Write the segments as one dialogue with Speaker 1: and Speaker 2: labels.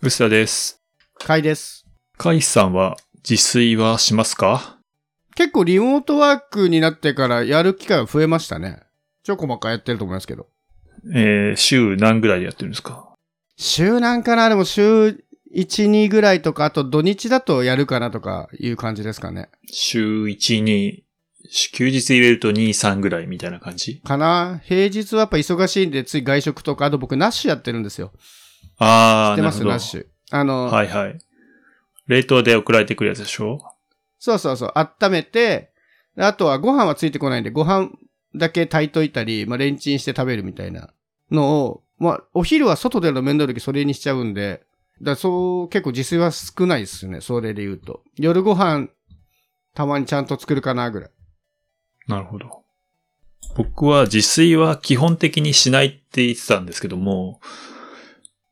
Speaker 1: 薄田です。
Speaker 2: 回です。
Speaker 1: カイさんは自炊はしますか
Speaker 2: 結構リモートワークになってからやる機会が増えましたね。ちょこまかやってると思いますけど。
Speaker 1: えー、週何ぐらいでやってるんですか
Speaker 2: 週なんかなでも週1、2ぐらいとか、あと土日だとやるかなとかいう感じですかね。
Speaker 1: 週1、2、休日入れると2、3ぐらいみたいな感じ
Speaker 2: かな平日はやっぱ忙しいんで、つい外食とか、あと僕ナッシュやってるんですよ。
Speaker 1: あ
Speaker 2: 知
Speaker 1: ー、
Speaker 2: って
Speaker 1: な
Speaker 2: ま
Speaker 1: る
Speaker 2: す
Speaker 1: ほど
Speaker 2: ナッ。シュ。あの、
Speaker 1: はいはい。冷凍で送られてくるやつでしょ
Speaker 2: そうそうそう、温めて、であとはご飯はついてこないんで、ご飯だけ炊いといたり、まあ、レンチンして食べるみたいなのを、まあ、お昼は外での面倒な時それにしちゃうんで、だからそう、結構自炊は少ないですね、それで言うと。夜ご飯、たまにちゃんと作るかな、ぐらい。
Speaker 1: なるほど。僕は自炊は基本的にしないって言ってたんですけども、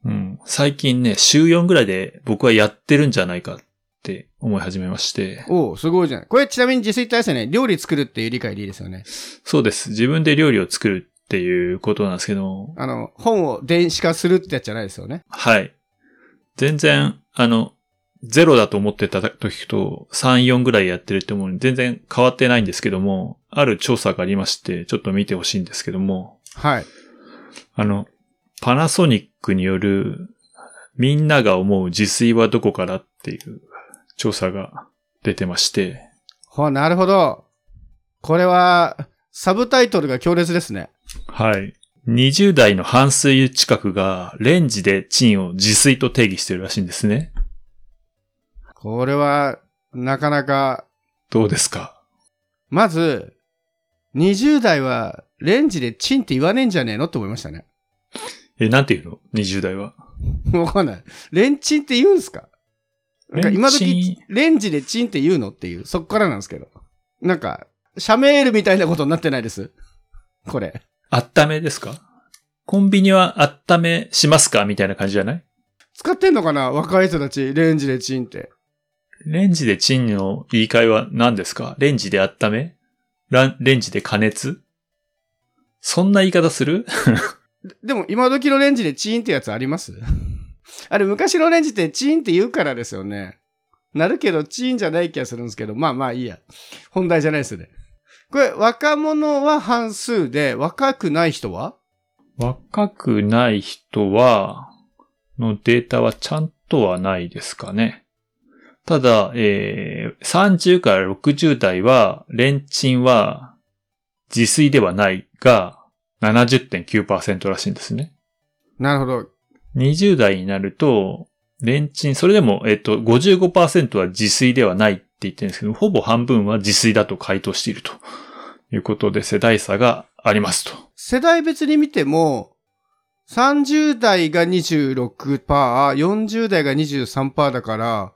Speaker 1: うん、最近ね、週4ぐらいで僕はやってるんじゃないかって思い始めまして。
Speaker 2: おうすごいじゃない。これちなみに自炊ってあれですよね、料理作るっていう理解でいいですよね。
Speaker 1: そうです。自分で料理を作るっていうことなんですけど、
Speaker 2: あの、本を電子化するってやつじゃないですよね。
Speaker 1: はい。全然、あの、ゼロだと思ってた時と3、4ぐらいやってるって思うのに全然変わってないんですけども、ある調査がありまして、ちょっと見てほしいんですけども、
Speaker 2: はい。
Speaker 1: あの、パナソニックによる、みんなが思う自炊はどこからっていう調査が出てまして、
Speaker 2: ほう、なるほど。これは、サブタイトルが強烈ですね。
Speaker 1: はい。20代の半数近くがレンジでチンを自炊と定義してるらしいんですね。
Speaker 2: これは、なかなか、
Speaker 1: どうですか
Speaker 2: まず、20代は、レンジでチンって言わねえんじゃねえのって思いましたね。
Speaker 1: え、なんていうの ?20 代は。
Speaker 2: わかんない。レンチンって言うんすかなんか
Speaker 1: レ
Speaker 2: 今
Speaker 1: ンチン
Speaker 2: 時、レンジでチンって言うのっていう、そっからなんですけど。なんか、シャメールみたいなことになってないです。これ。
Speaker 1: 温めですかコンビニは温めしますかみたいな感じじゃない
Speaker 2: 使ってんのかな若い人たち、レンジでチンって。
Speaker 1: レンジでチンの言い換えは何ですかレンジで温めランレンジで加熱そんな言い方する
Speaker 2: でも、今時のレンジでチンってやつあります あれ、昔のレンジってチンって言うからですよね。なるけど、チンじゃない気がするんですけど、まあまあいいや。本題じゃないですね。これ、若者は半数で、若くない人は
Speaker 1: 若くない人は、のデータはちゃんとはないですかね。ただ、えー、30から60代は、レンチンは自炊ではないが、70.9%らしいんですね。
Speaker 2: なるほど。
Speaker 1: 20代になると、レンチン、それでも、えっと、55%は自炊ではないって言ってるんですけど、ほぼ半分は自炊だと回答しているということで、世代差がありますと。
Speaker 2: 世代別に見ても、30代が26%、40代が23%だから、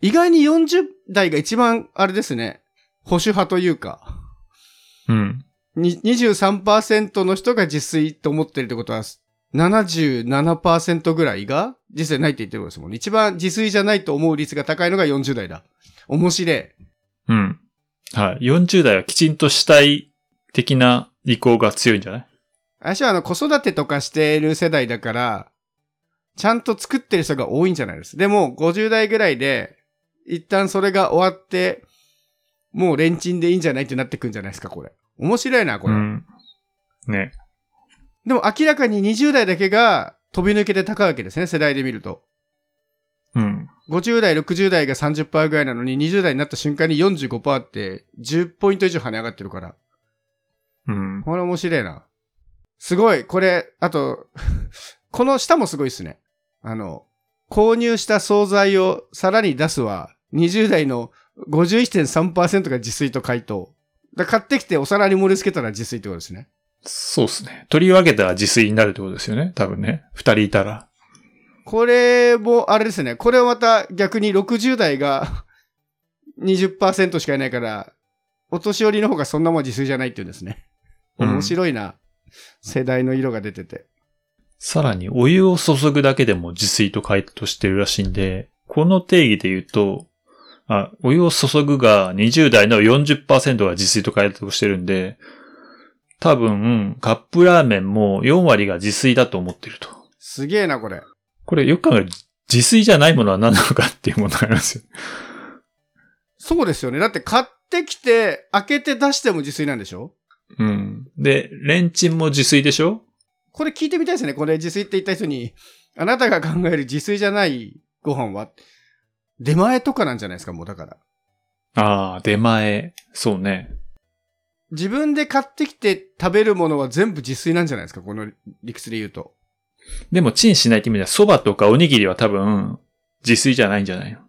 Speaker 2: 意外に40代が一番、あれですね、保守派というか。
Speaker 1: うん。
Speaker 2: に23%の人が自炊と思ってるってことは、77%ぐらいが自炊ないって言ってることですもんね。一番自炊じゃないと思う率が高いのが40代だ。面白い。
Speaker 1: うん。はい。40代はきちんと主体的な意向が強いんじゃない
Speaker 2: 私はあの子育てとかしてる世代だから、ちゃんと作ってる人が多いんじゃないです。でも50代ぐらいで、一旦それが終わって、もうレンチンでいいんじゃないってなってくんじゃないですか、これ。面白いな、こ
Speaker 1: う
Speaker 2: れ。
Speaker 1: ん。ね。
Speaker 2: でも明らかに20代だけが飛び抜けて高いわけですね、世代で見ると。
Speaker 1: うん。
Speaker 2: 50代、60代が30%ぐらいなのに、20代になった瞬間に45%って、10ポイント以上跳ね上がってるから。
Speaker 1: うん。
Speaker 2: これ面白いな。すごい、これ、あと、 この下もすごいっすね。あの、購入した惣菜をさらに出すは、20代の51.3%が自炊と回答。だ買ってきてお皿に盛り付けたら自炊ってことですね。
Speaker 1: そうですね。取り分けたら自炊になるってことですよね。多分ね。二人いたら。
Speaker 2: これも、あれですね。これはまた逆に60代が 20%しかいないから、お年寄りの方がそんなもん自炊じゃないっていうんですね。
Speaker 1: うん
Speaker 2: 面白いな。世代の色が出てて。
Speaker 1: さらにお湯を注ぐだけでも自炊と回答してるらしいんで、この定義で言うと、あ、お湯を注ぐが20代の40%が自炊と回答してるんで、多分、カップラーメンも4割が自炊だと思ってると。
Speaker 2: すげえな、これ。
Speaker 1: これよく考えると、自炊じゃないものは何なのかっていうものがありますよ。
Speaker 2: そうですよね。だって買ってきて、開けて出しても自炊なんでしょ
Speaker 1: うん。で、レンチンも自炊でしょ
Speaker 2: これ聞いてみたいですね。これ自炊って言った人に、あなたが考える自炊じゃないご飯は、出前とかなんじゃないですか、もうだから。
Speaker 1: ああ、出前。そうね。
Speaker 2: 自分で買ってきて食べるものは全部自炊なんじゃないですか、この理屈で言うと。
Speaker 1: でもチンしないって意味では、蕎麦とかおにぎりは多分、自炊じゃないんじゃないの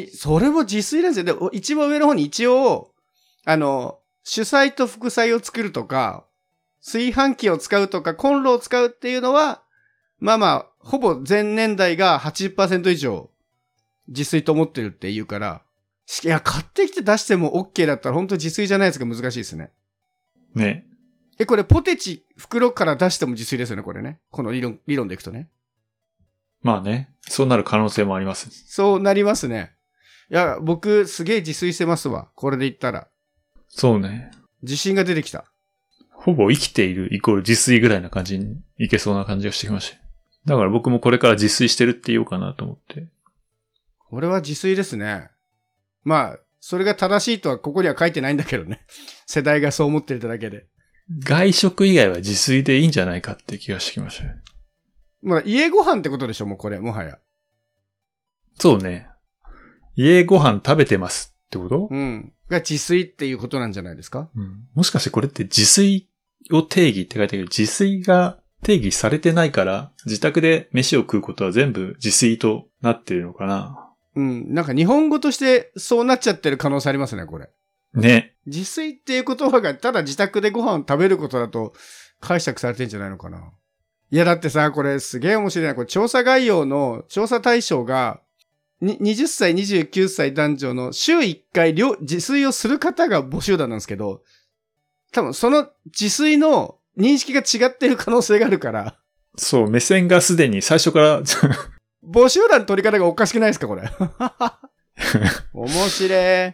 Speaker 2: い、それも自炊なんですよ。でも、一番上の方に一応、あの、主菜と副菜を作るとか、炊飯器を使うとか、コンロを使うっていうのは、まあまあ、ほぼ前年代が80%以上、自炊と思ってるって言うから、しいや、買ってきて出しても OK だったら、本当自炊じゃないやつが難しいですね。
Speaker 1: ね。
Speaker 2: え、これポテチ、袋から出しても自炊ですよね、これね。この理論、理論でいくとね。
Speaker 1: まあね。そうなる可能性もあります。
Speaker 2: そうなりますね。いや、僕、すげえ自炊してますわ。これで言ったら。
Speaker 1: そうね。
Speaker 2: 自信が出てきた。
Speaker 1: ほぼ生きているイコール自炊ぐらいな感じにいけそうな感じがしてきました。だから僕もこれから自炊してるって言おうかなと思って。
Speaker 2: これは自炊ですね。まあ、それが正しいとはここには書いてないんだけどね。 世代がそう思ってただけで。
Speaker 1: 外食以外は自炊でいいんじゃないかって気がしてきましたね。
Speaker 2: まあ、家ご飯ってことでしょ、もうこれ、もはや。
Speaker 1: そうね。家ご飯食べてますってこと、
Speaker 2: うん。が自炊っていうことなんじゃないですか
Speaker 1: うんもしかしてこれって自炊を定義って書いてあるけど、自炊が定義されてないから、自宅で飯を食うことは全部自炊となってるのかな
Speaker 2: うん。なんか日本語としてそうなっちゃってる可能性ありますね、これ。
Speaker 1: ね。
Speaker 2: 自炊っていう言葉がただ自宅でご飯を食べることだと解釈されてんじゃないのかな。いや、だってさ、これすげえ面白いな。これ調査概要の調査対象が、に20歳、29歳男女の週1回料自炊をする方が募集団なんですけど、多分その自炊の認識が違ってる可能性があるから、
Speaker 1: そう、目線がすでに最初から、
Speaker 2: 募集団の取り方がおかしくないですか、これ。面白い。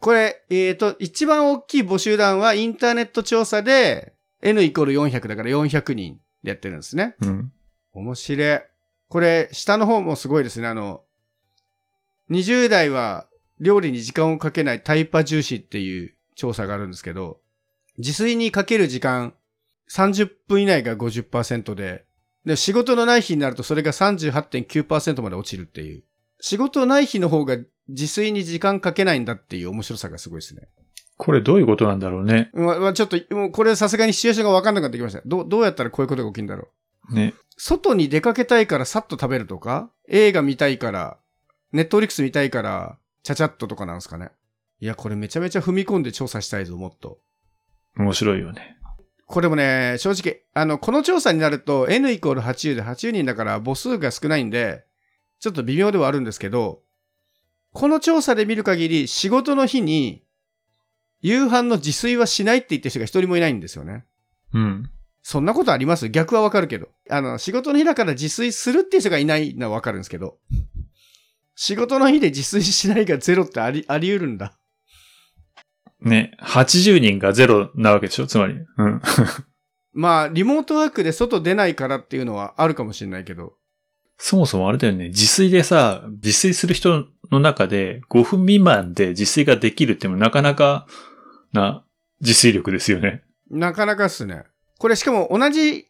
Speaker 2: これ、えっ、と、一番大きい募集団はインターネット調査で N イコール400だから400人でやってるんですね。
Speaker 1: うん。
Speaker 2: 面白い。これ、下の方もすごいですね。あの、20代は料理に時間をかけないタイパ重視っていう調査があるんですけど、自炊にかける時間30分以内が50%で、で、仕事のない日になるとそれが38.9%まで落ちるっていう。仕事ない日の方が自炊に時間かけないんだっていう面白さがすごいですね。
Speaker 1: これどういうことなんだろうね。
Speaker 2: うわうわちょっと、もうこれさすがにシチュエーションがわかんなくなってきました。どう、どうやったらこういうことが起きるんだろう。
Speaker 1: ね。
Speaker 2: 外に出かけたいからさっと食べるとか、映画見たいから、ネットフリックス見たいから、ちゃちゃっととかなんですかね。いや、これめちゃめちゃ踏み込んで調査したいぞ、もっと。
Speaker 1: 面白いよね。
Speaker 2: これもね、正直、あの、この調査になると N イコール80で80人だから母数が少ないんで、ちょっと微妙ではあるんですけど、この調査で見る限り仕事の日に夕飯の自炊はしないって言ってる人が一人もいないんですよね。
Speaker 1: うん。
Speaker 2: そんなことあります逆はわかるけど。あの、仕事の日だから自炊するっていう人がいないのはわかるんですけど。仕事の日で自炊しないがゼロってあり、あり得るんだ。
Speaker 1: ね。80人がゼロなわけでしょつまり。うん。
Speaker 2: まあ、リモートワークで外出ないからっていうのはあるかもしれないけど。
Speaker 1: そもそもあれだよね。自炊でさ、自炊する人の中で5分未満で自炊ができるってもなかなかな自炊力ですよね。
Speaker 2: なかなかっすね。これしかも同じ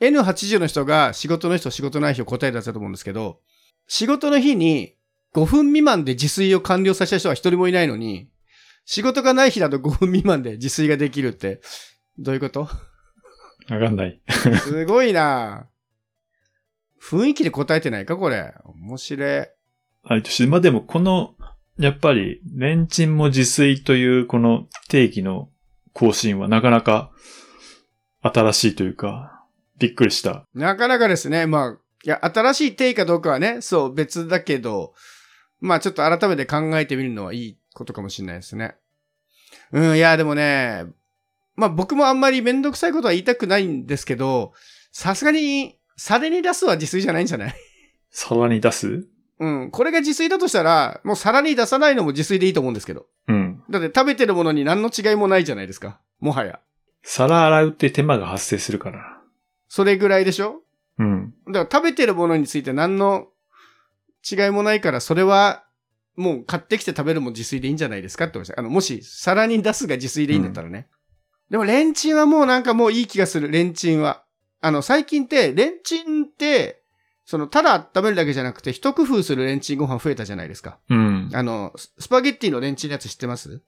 Speaker 2: N80 の人が仕事の人、仕事ない人答え出したと思うんですけど、仕事の日に5分未満で自炊を完了させた人は一人もいないのに、仕事がない日だと5分未満で自炊ができるって、どういうこと
Speaker 1: わかんない。
Speaker 2: すごいな雰囲気で答えてないかこれ。面白い。
Speaker 1: はい、として、まあ、でもこの、やっぱり、レンチンも自炊というこの定義の更新はなかなか新しいというか、びっくりした。
Speaker 2: なかなかですね。まあ、いや、新しい定義かどうかはね、そう、別だけど、まあ、ちょっと改めて考えてみるのはいいことかもしれないですね。うん、いや、でもね、まあ、僕もあんまりめんどくさいことは言いたくないんですけど、さすがに、されに出すは自炊じゃないんじゃない
Speaker 1: 皿に出す
Speaker 2: うん、これが自炊だとしたら、もう皿に出さないのも自炊でいいと思うんですけど。
Speaker 1: うん。
Speaker 2: だって食べてるものに何の違いもないじゃないですか。もはや。
Speaker 1: 皿洗うって手間が発生するから。
Speaker 2: それぐらいでしょ
Speaker 1: うん。
Speaker 2: だから食べてるものについて何の違いもないから、それはもう買ってきて食べるも自炊でいいんじゃないですかって思いました。あの、もし皿に出すが自炊でいいんだったらね。でもレンチンはもうなんかもういい気がする、レンチンは。あの、最近って、レンチンって、その、ただ温めるだけじゃなくて、一工夫するレンチンご飯増えたじゃないですか。
Speaker 1: うん。
Speaker 2: あの、ススパゲッティのレンチンのやつ知ってます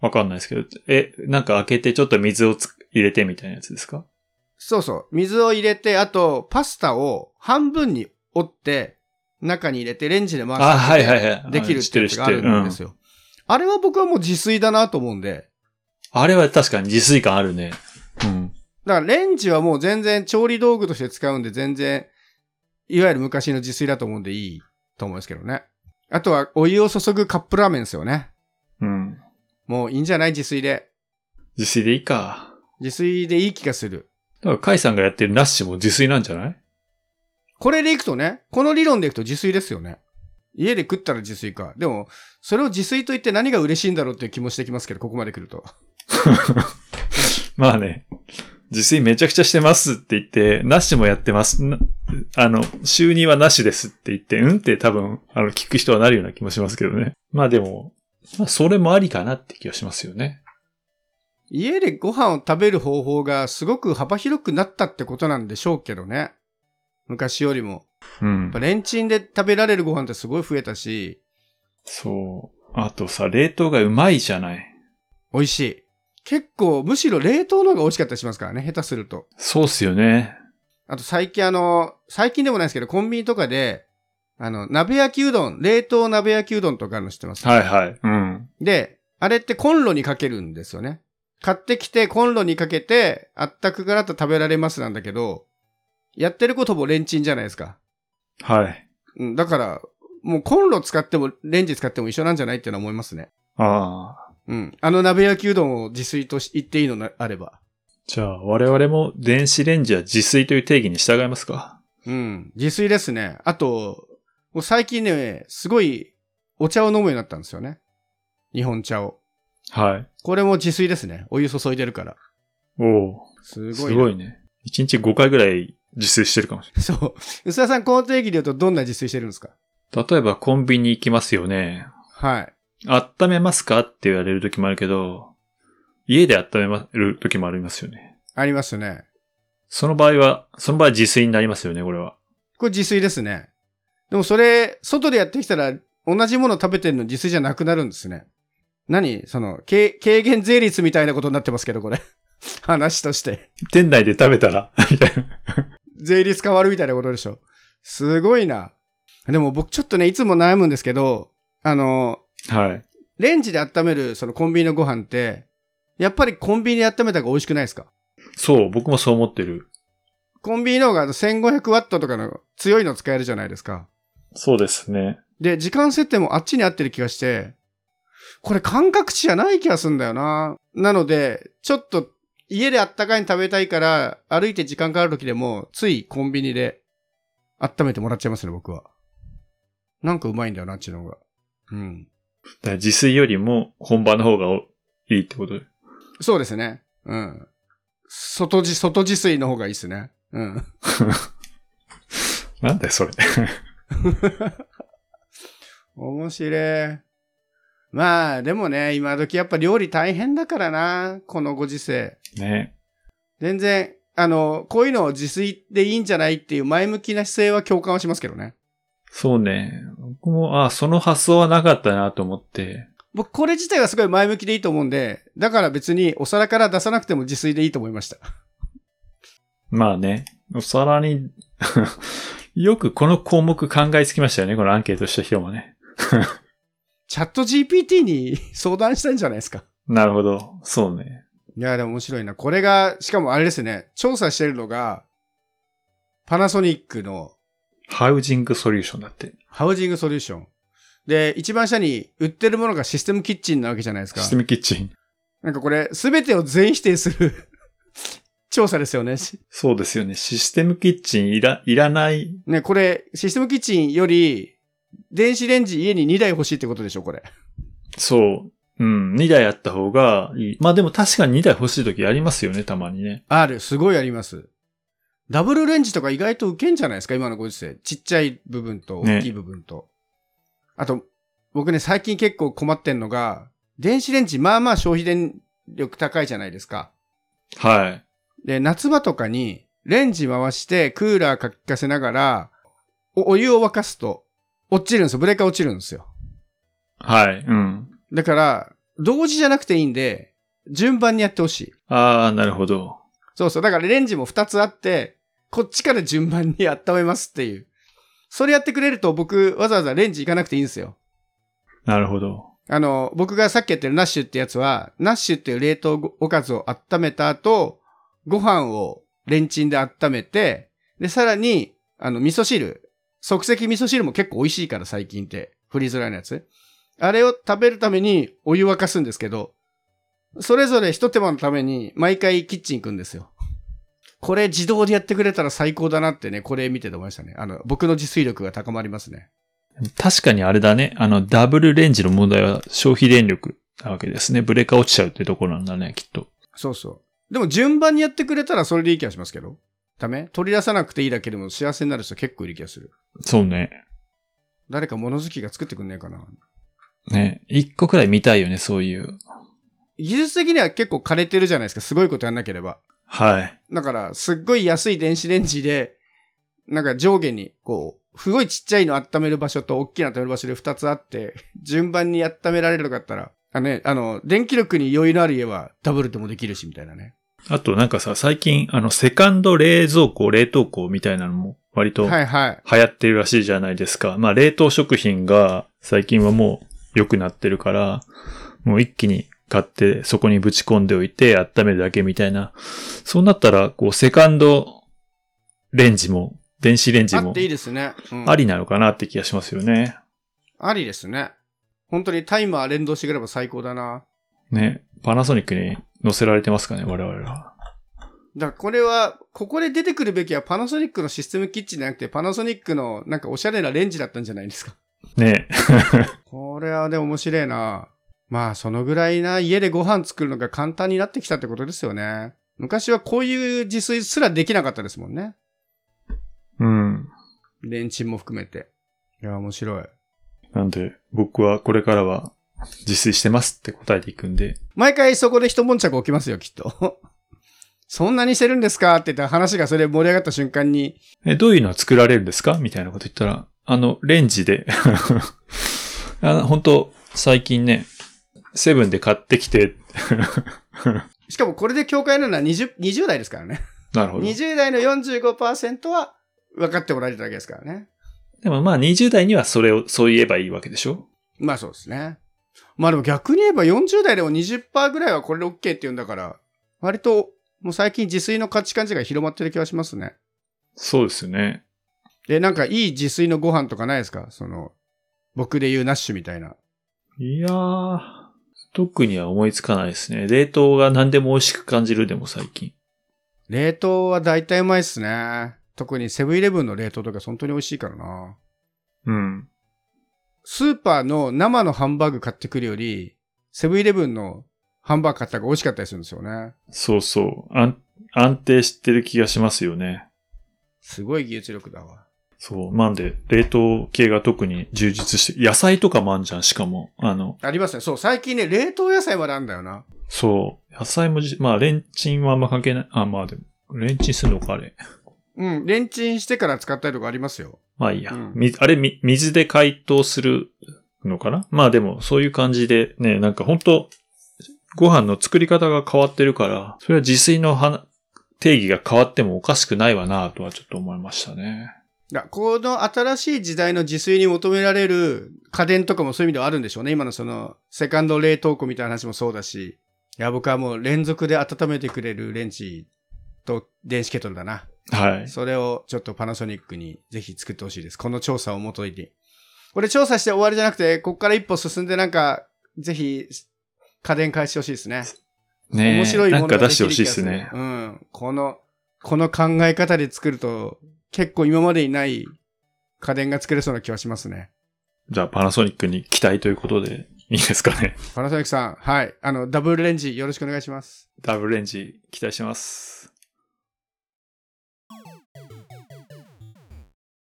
Speaker 1: わかんないですけど、え、なんか開けてちょっと水をつ入れてみたいなやつですか
Speaker 2: そうそう。水を入れて、あと、パスタを半分に折って、中に入れて、レンジで回す。
Speaker 1: あ、はいはいはい。
Speaker 2: でき
Speaker 1: あ
Speaker 2: るっ
Speaker 1: 知ってて
Speaker 2: や
Speaker 1: る
Speaker 2: つ
Speaker 1: 知
Speaker 2: が
Speaker 1: っ
Speaker 2: あ
Speaker 1: てる。
Speaker 2: る
Speaker 1: うん
Speaker 2: で
Speaker 1: ん
Speaker 2: す。よ。あれは僕はもう自炊だなと思うんで。
Speaker 1: あれは確かに自炊感あるね。うん。
Speaker 2: だからレンジはもう全然調理道具として使うんで全然、いわゆる昔の自炊だと思うんでいいと思うんですけどね。あとはお湯を注ぐカップラーメンですよね。
Speaker 1: うん。
Speaker 2: もういいんじゃない自炊で。
Speaker 1: 自炊でいいか。
Speaker 2: 自炊でいい気がする。
Speaker 1: だから、カイさんがやってるナッシュも自炊なんじゃない
Speaker 2: これでいくとね、この理論でいくと自炊ですよね。家で食ったら自炊か。でも、それを自炊と言って何が嬉しいんだろうっていう気もしてきますけど、ここまで来ると。
Speaker 1: まあね。自炊めちゃくちゃしてますって言って、ナッシュもやってます。なあの、収入はナッシュですって言って、うんって多分、あの、聞く人はなるような気もしますけどね。まあでも、まあそれもありかなって気がしますよね。
Speaker 2: 家でご飯を食べる方法がすごく幅広くなったってことなんでしょうけどね。昔よりも。
Speaker 1: う
Speaker 2: や
Speaker 1: ん
Speaker 2: っぱ。レンチンで食べられるご飯ってすごい増えたし、
Speaker 1: そう。あとさ、冷凍がうまいじゃない。
Speaker 2: 美味しい。結構、むしろ冷凍の方が美味しかったりしますからね、下手すると。
Speaker 1: そうっすよね。
Speaker 2: あと最近あの、最近でもないですけど、コンビニとかで、あの、鍋焼きうどん、冷凍鍋焼きうどんとかあるの知ってます
Speaker 1: はいはい。うん。
Speaker 2: で、あれってコンロにかけるんですよね。買ってきてコンロにかけて、あったくからと食べられますなんだけど、やってることもレンチンじゃないですか。
Speaker 1: はい。
Speaker 2: うん、だから、もうコンロ使ってもレンジ使っても一緒なんじゃないっていうのは思いますね。
Speaker 1: ああ。
Speaker 2: うん。あの鍋焼きうどんを自炊とし言っていいのなあれば。
Speaker 1: じゃあ、我々も電子レンジは自炊という定義に従いますか
Speaker 2: うん。自炊ですね。あと、もう最近ね、すごいお茶を飲むようになったんですよね。日本茶を。
Speaker 1: はい。
Speaker 2: これも自炊ですね。お湯注いでるから。
Speaker 1: おお。
Speaker 2: す
Speaker 1: す
Speaker 2: ごいな。
Speaker 1: ごいね。1日5回ぐらい自炊してるかもしれない
Speaker 2: そう。薄田さん、この定義で言うとどんな自炊してるんですか
Speaker 1: 例えばコンビニ行きますよね。
Speaker 2: はい。
Speaker 1: 温めますかって言われる時もあるけど、家で温める時もありますよね。
Speaker 2: ありますね。
Speaker 1: その場合は、その場合自炊になりますよね、これは。
Speaker 2: これ自炊ですね。でもそれ、外でやってきたら、同じもの食べてるの自炊じゃなくなるんですね。何その、け軽減税率みたいなことになってますけど、これ。 話として。
Speaker 1: 店内で食べたら、 みたいな。
Speaker 2: 税率変わるみたいなことでしょ。すごいな。でも僕ちょっとね、いつも悩むんですけど、あの、
Speaker 1: はい。
Speaker 2: レンジで温めるそのコンビニのご飯って、やっぱりコンビニで温めた方が美味しくないですか
Speaker 1: そう、僕もそう思ってる。
Speaker 2: コンビニの方が1500ワットとかの強いの使えるじゃないですか。
Speaker 1: そうですね。
Speaker 2: で、時間設定もあっちに合ってる気がして、これ感覚値じゃない気がすんだよな。なので、ちょっと家であったかいの食べたいから、歩いて時間かかる時でも、ついコンビニで温めてもらっちゃいますね、僕は。なんかうまいんだよな、あっちの方が。うん。
Speaker 1: だから自炊よりも本場の方がおいいってことで。
Speaker 2: そうですね。うん。外自、外自炊の方がいいですね。うん。
Speaker 1: なんだよ、それ。
Speaker 2: 面白い。まあ、でもね、今時やっぱ料理大変だからな、このご時世。
Speaker 1: ね。
Speaker 2: 全然、あの、こういうのを自炊でいいんじゃないっていう前向きな姿勢は共感はしますけどね。
Speaker 1: そうね。僕も、あその発想はなかったなと思って。
Speaker 2: 僕、これ自体はすごい前向きでいいと思うんで、だから別にお皿から出さなくても自炊でいいと思いました。
Speaker 1: まあね、お皿に、 よくこの項目考えつきましたよね、このアンケートした人もね。
Speaker 2: チャット GPT に相談したんじゃないですか。
Speaker 1: なるほど。そうね。
Speaker 2: いや、でも面白いな。これが、しかもあれですね、調査してるのが、パナソニックの
Speaker 1: ハウジングソリューションだって。
Speaker 2: ハウジングソリューション。で、一番下に売ってるものがシステムキッチンなわけじゃないですか
Speaker 1: シス。テムキッチン。
Speaker 2: なんかこれ、すべてを全否定する 調査ですよね。
Speaker 1: そうですよね。システムキッチンいら、いらない。
Speaker 2: ね、これ、システムキッチンより、電子レンジ家に2台欲しいってことでしょ、これ。
Speaker 1: そう。うん。2台あった方がいい。まあでも確かに2台欲しい時ありますよね、たまにね。
Speaker 2: ある、すごいあります。ダブルレンジとか意外と受けんじゃないですか、今のご時世。ちっちゃい部分と
Speaker 1: ね
Speaker 2: 大きい部分と。あと、僕ね、最近結構困ってんのが、電子レンジ、まあまあ消費電力高いじゃないですか。
Speaker 1: はい。
Speaker 2: で、夏場とかに、レンジ回して、クーラーかきかせながら、おお湯を沸かすと、落ちるんですよ。ブレーカー落ちるんですよ。
Speaker 1: はい。うん。
Speaker 2: だから、同時じゃなくていいんで、順番にやってほしい。
Speaker 1: ああ、なるほど。
Speaker 2: そうそう。だからレンジも2つあって、こっちから順番に温めますっていう。それやってくれると僕、わざわざレンジ行かなくていいんですよ。
Speaker 1: なるほど。
Speaker 2: あの、僕がさっきやってるナッシュってやつは、ナッシュっていう冷凍おかずを温めた後、ご飯をレンチンで温めて、で、さらに、あの、味噌汁。即席味噌汁も結構美味しいから最近って。フリーズライのやつ。あれを食べるためにお湯沸かすんですけど、それぞれ一手間のために毎回キッチン行くんですよ。これ自動でやってくれたら最高だなってね、これ見てて思いましたね。あの、僕の自炊力が高まりますね。
Speaker 1: 確かにあれだね。あの、ダブルレンジの問題は消費電力なわけですね。ブレーカー落ちちゃうってところなんだね、きっと。
Speaker 2: そうそう。でも順番にやってくれたらそれでいい気がしますけど。ダメ取り出さなくていいだけでも幸せになる人結構いる気がする。
Speaker 1: そうね。
Speaker 2: 誰か物好きが作ってくんねえかな。
Speaker 1: ね。一個くらい見たいよね、そういう。
Speaker 2: 技術的には結構枯れてるじゃないですか。すごいことやんなければ。
Speaker 1: はい。
Speaker 2: だから、すっごい安い電子レンジで、なんか上下に、こう、すごいちっちゃいの温める場所と大きな温める場所で2つあって、順番に温められるかったら、あのね、あの、電気力に余裕のある家はダブルでもできるし、みたいなね。
Speaker 1: あとなんかさ、最近、あの、セカンド冷蔵庫、冷凍庫みたいなのも割と
Speaker 2: はいはい。
Speaker 1: 流行ってるらしいじゃないですか。まあ、冷凍食品が最近はもう良くなってるから、もう一気に買って、そこにぶち込んでおいて温めるだけみたいな。そうなったら、こう、セカンドレンジも、電子レンジ
Speaker 2: あ
Speaker 1: も
Speaker 2: っ、ていいですね。うん
Speaker 1: ありなのかなって気がしますよね。
Speaker 2: ありですね。本当にタイマー連動してくれば最高だな。
Speaker 1: ね。パナソニックに乗せられてますかね、我々は。
Speaker 2: だからこれは、ここで出てくるべきはパナソニックのシステムキッチンじゃなくて、パナソニックのなんかおしゃれなレンジだったんじゃないですか。
Speaker 1: ね。
Speaker 2: これはでも面白いな。まあ、そのぐらいな家でご飯作るのが簡単になってきたってことですよね。昔はこういう自炊すらできなかったですもんね。
Speaker 1: うん。
Speaker 2: レンチンも含めて。いや、面白い。
Speaker 1: なんで、僕はこれからは自炊してますって答えていくんで。
Speaker 2: 毎回そこで一悶着起きますよ、きっと。 そんなにしてるんですかって言ったら話がそれ盛り上がった瞬間に、
Speaker 1: え、どういうのは作られるんですかみたいなこと言ったら、あの、レンジで。 あの本当最近ね、セブンで買ってきて、
Speaker 2: しかもこれで教会なのは 20, 20代ですからね。
Speaker 1: なるほど。
Speaker 2: 20代の45%は分かってもらえるだけですからね。
Speaker 1: でもまあ20代にはそれを、そう言えばいいわけでしょ
Speaker 2: まあそうですね。まあでも逆に言えば40代でも20%ぐらいはこれで OK って言うんだから、割ともう最近自炊の価値観違い広まってる気がしますね。
Speaker 1: そうですよね。
Speaker 2: で、なんかいい自炊のご飯とかないですかその、僕で言うナッシュみたいな。
Speaker 1: いやー、特には思いつかないですね。冷凍が何でも美味しく感じるでも最近。
Speaker 2: 冷凍は大体うまいっすね。特にセブンイレブンの冷凍とか本当に美味しいからな。
Speaker 1: うん。
Speaker 2: スーパーの生のハンバーグ買ってくるより、セブンイレブンのハンバーグ買った方が美味しかったりするんですよね。
Speaker 1: そうそう。安安定してる気がしますよね。
Speaker 2: すごい技術力だわ。
Speaker 1: そう。なんで、冷凍系が特に充実して、野菜とかもあんじゃん、しかも。あの、
Speaker 2: ありますね。そう、最近ね、冷凍野菜まであるんだよな。
Speaker 1: そう。野菜もじ、まあ、レンチンはあんま関係ない。あ、まあでも、レンチンするのか、あれ。
Speaker 2: うん、レンチンしてから使ったりとかありますよ。
Speaker 1: まあいいや。
Speaker 2: うん
Speaker 1: みあれ、み、水で解凍するのかなまあでも、そういう感じで、ね、なんか本当ご飯の作り方が変わってるから、それは自炊のは定義が変わってもおかしくないわな、とはちょっと思いましたね。
Speaker 2: だこの新しい時代の自炊に求められる家電とかもそういう意味ではあるんでしょうね。今のその、セカンド冷凍庫みたいな話もそうだし。いや、僕はもう連続で温めてくれるレンチと電子ケトルだな。
Speaker 1: はい。
Speaker 2: それをちょっとパナソニックにぜひ作ってほしいです。この調査をもとに。これ調査して終わりじゃなくて、ここから一歩進んでなんか、ぜひ家電返してほしいですね。
Speaker 1: ね
Speaker 2: 面白いも
Speaker 1: な
Speaker 2: の
Speaker 1: んか出
Speaker 2: がで
Speaker 1: し
Speaker 2: き
Speaker 1: て
Speaker 2: る
Speaker 1: ほしいで
Speaker 2: 気が
Speaker 1: す
Speaker 2: する
Speaker 1: ね。
Speaker 2: うん。この、この考え方で作ると、結構今までにない家電が作れそうな気はしますね。
Speaker 1: じゃあ、パナソニックに期待ということで、いいですかね。
Speaker 2: パナソニックさん、はい。あの、ダブルレンジよろしくお願いします。
Speaker 1: ダブルレンジ期待してます。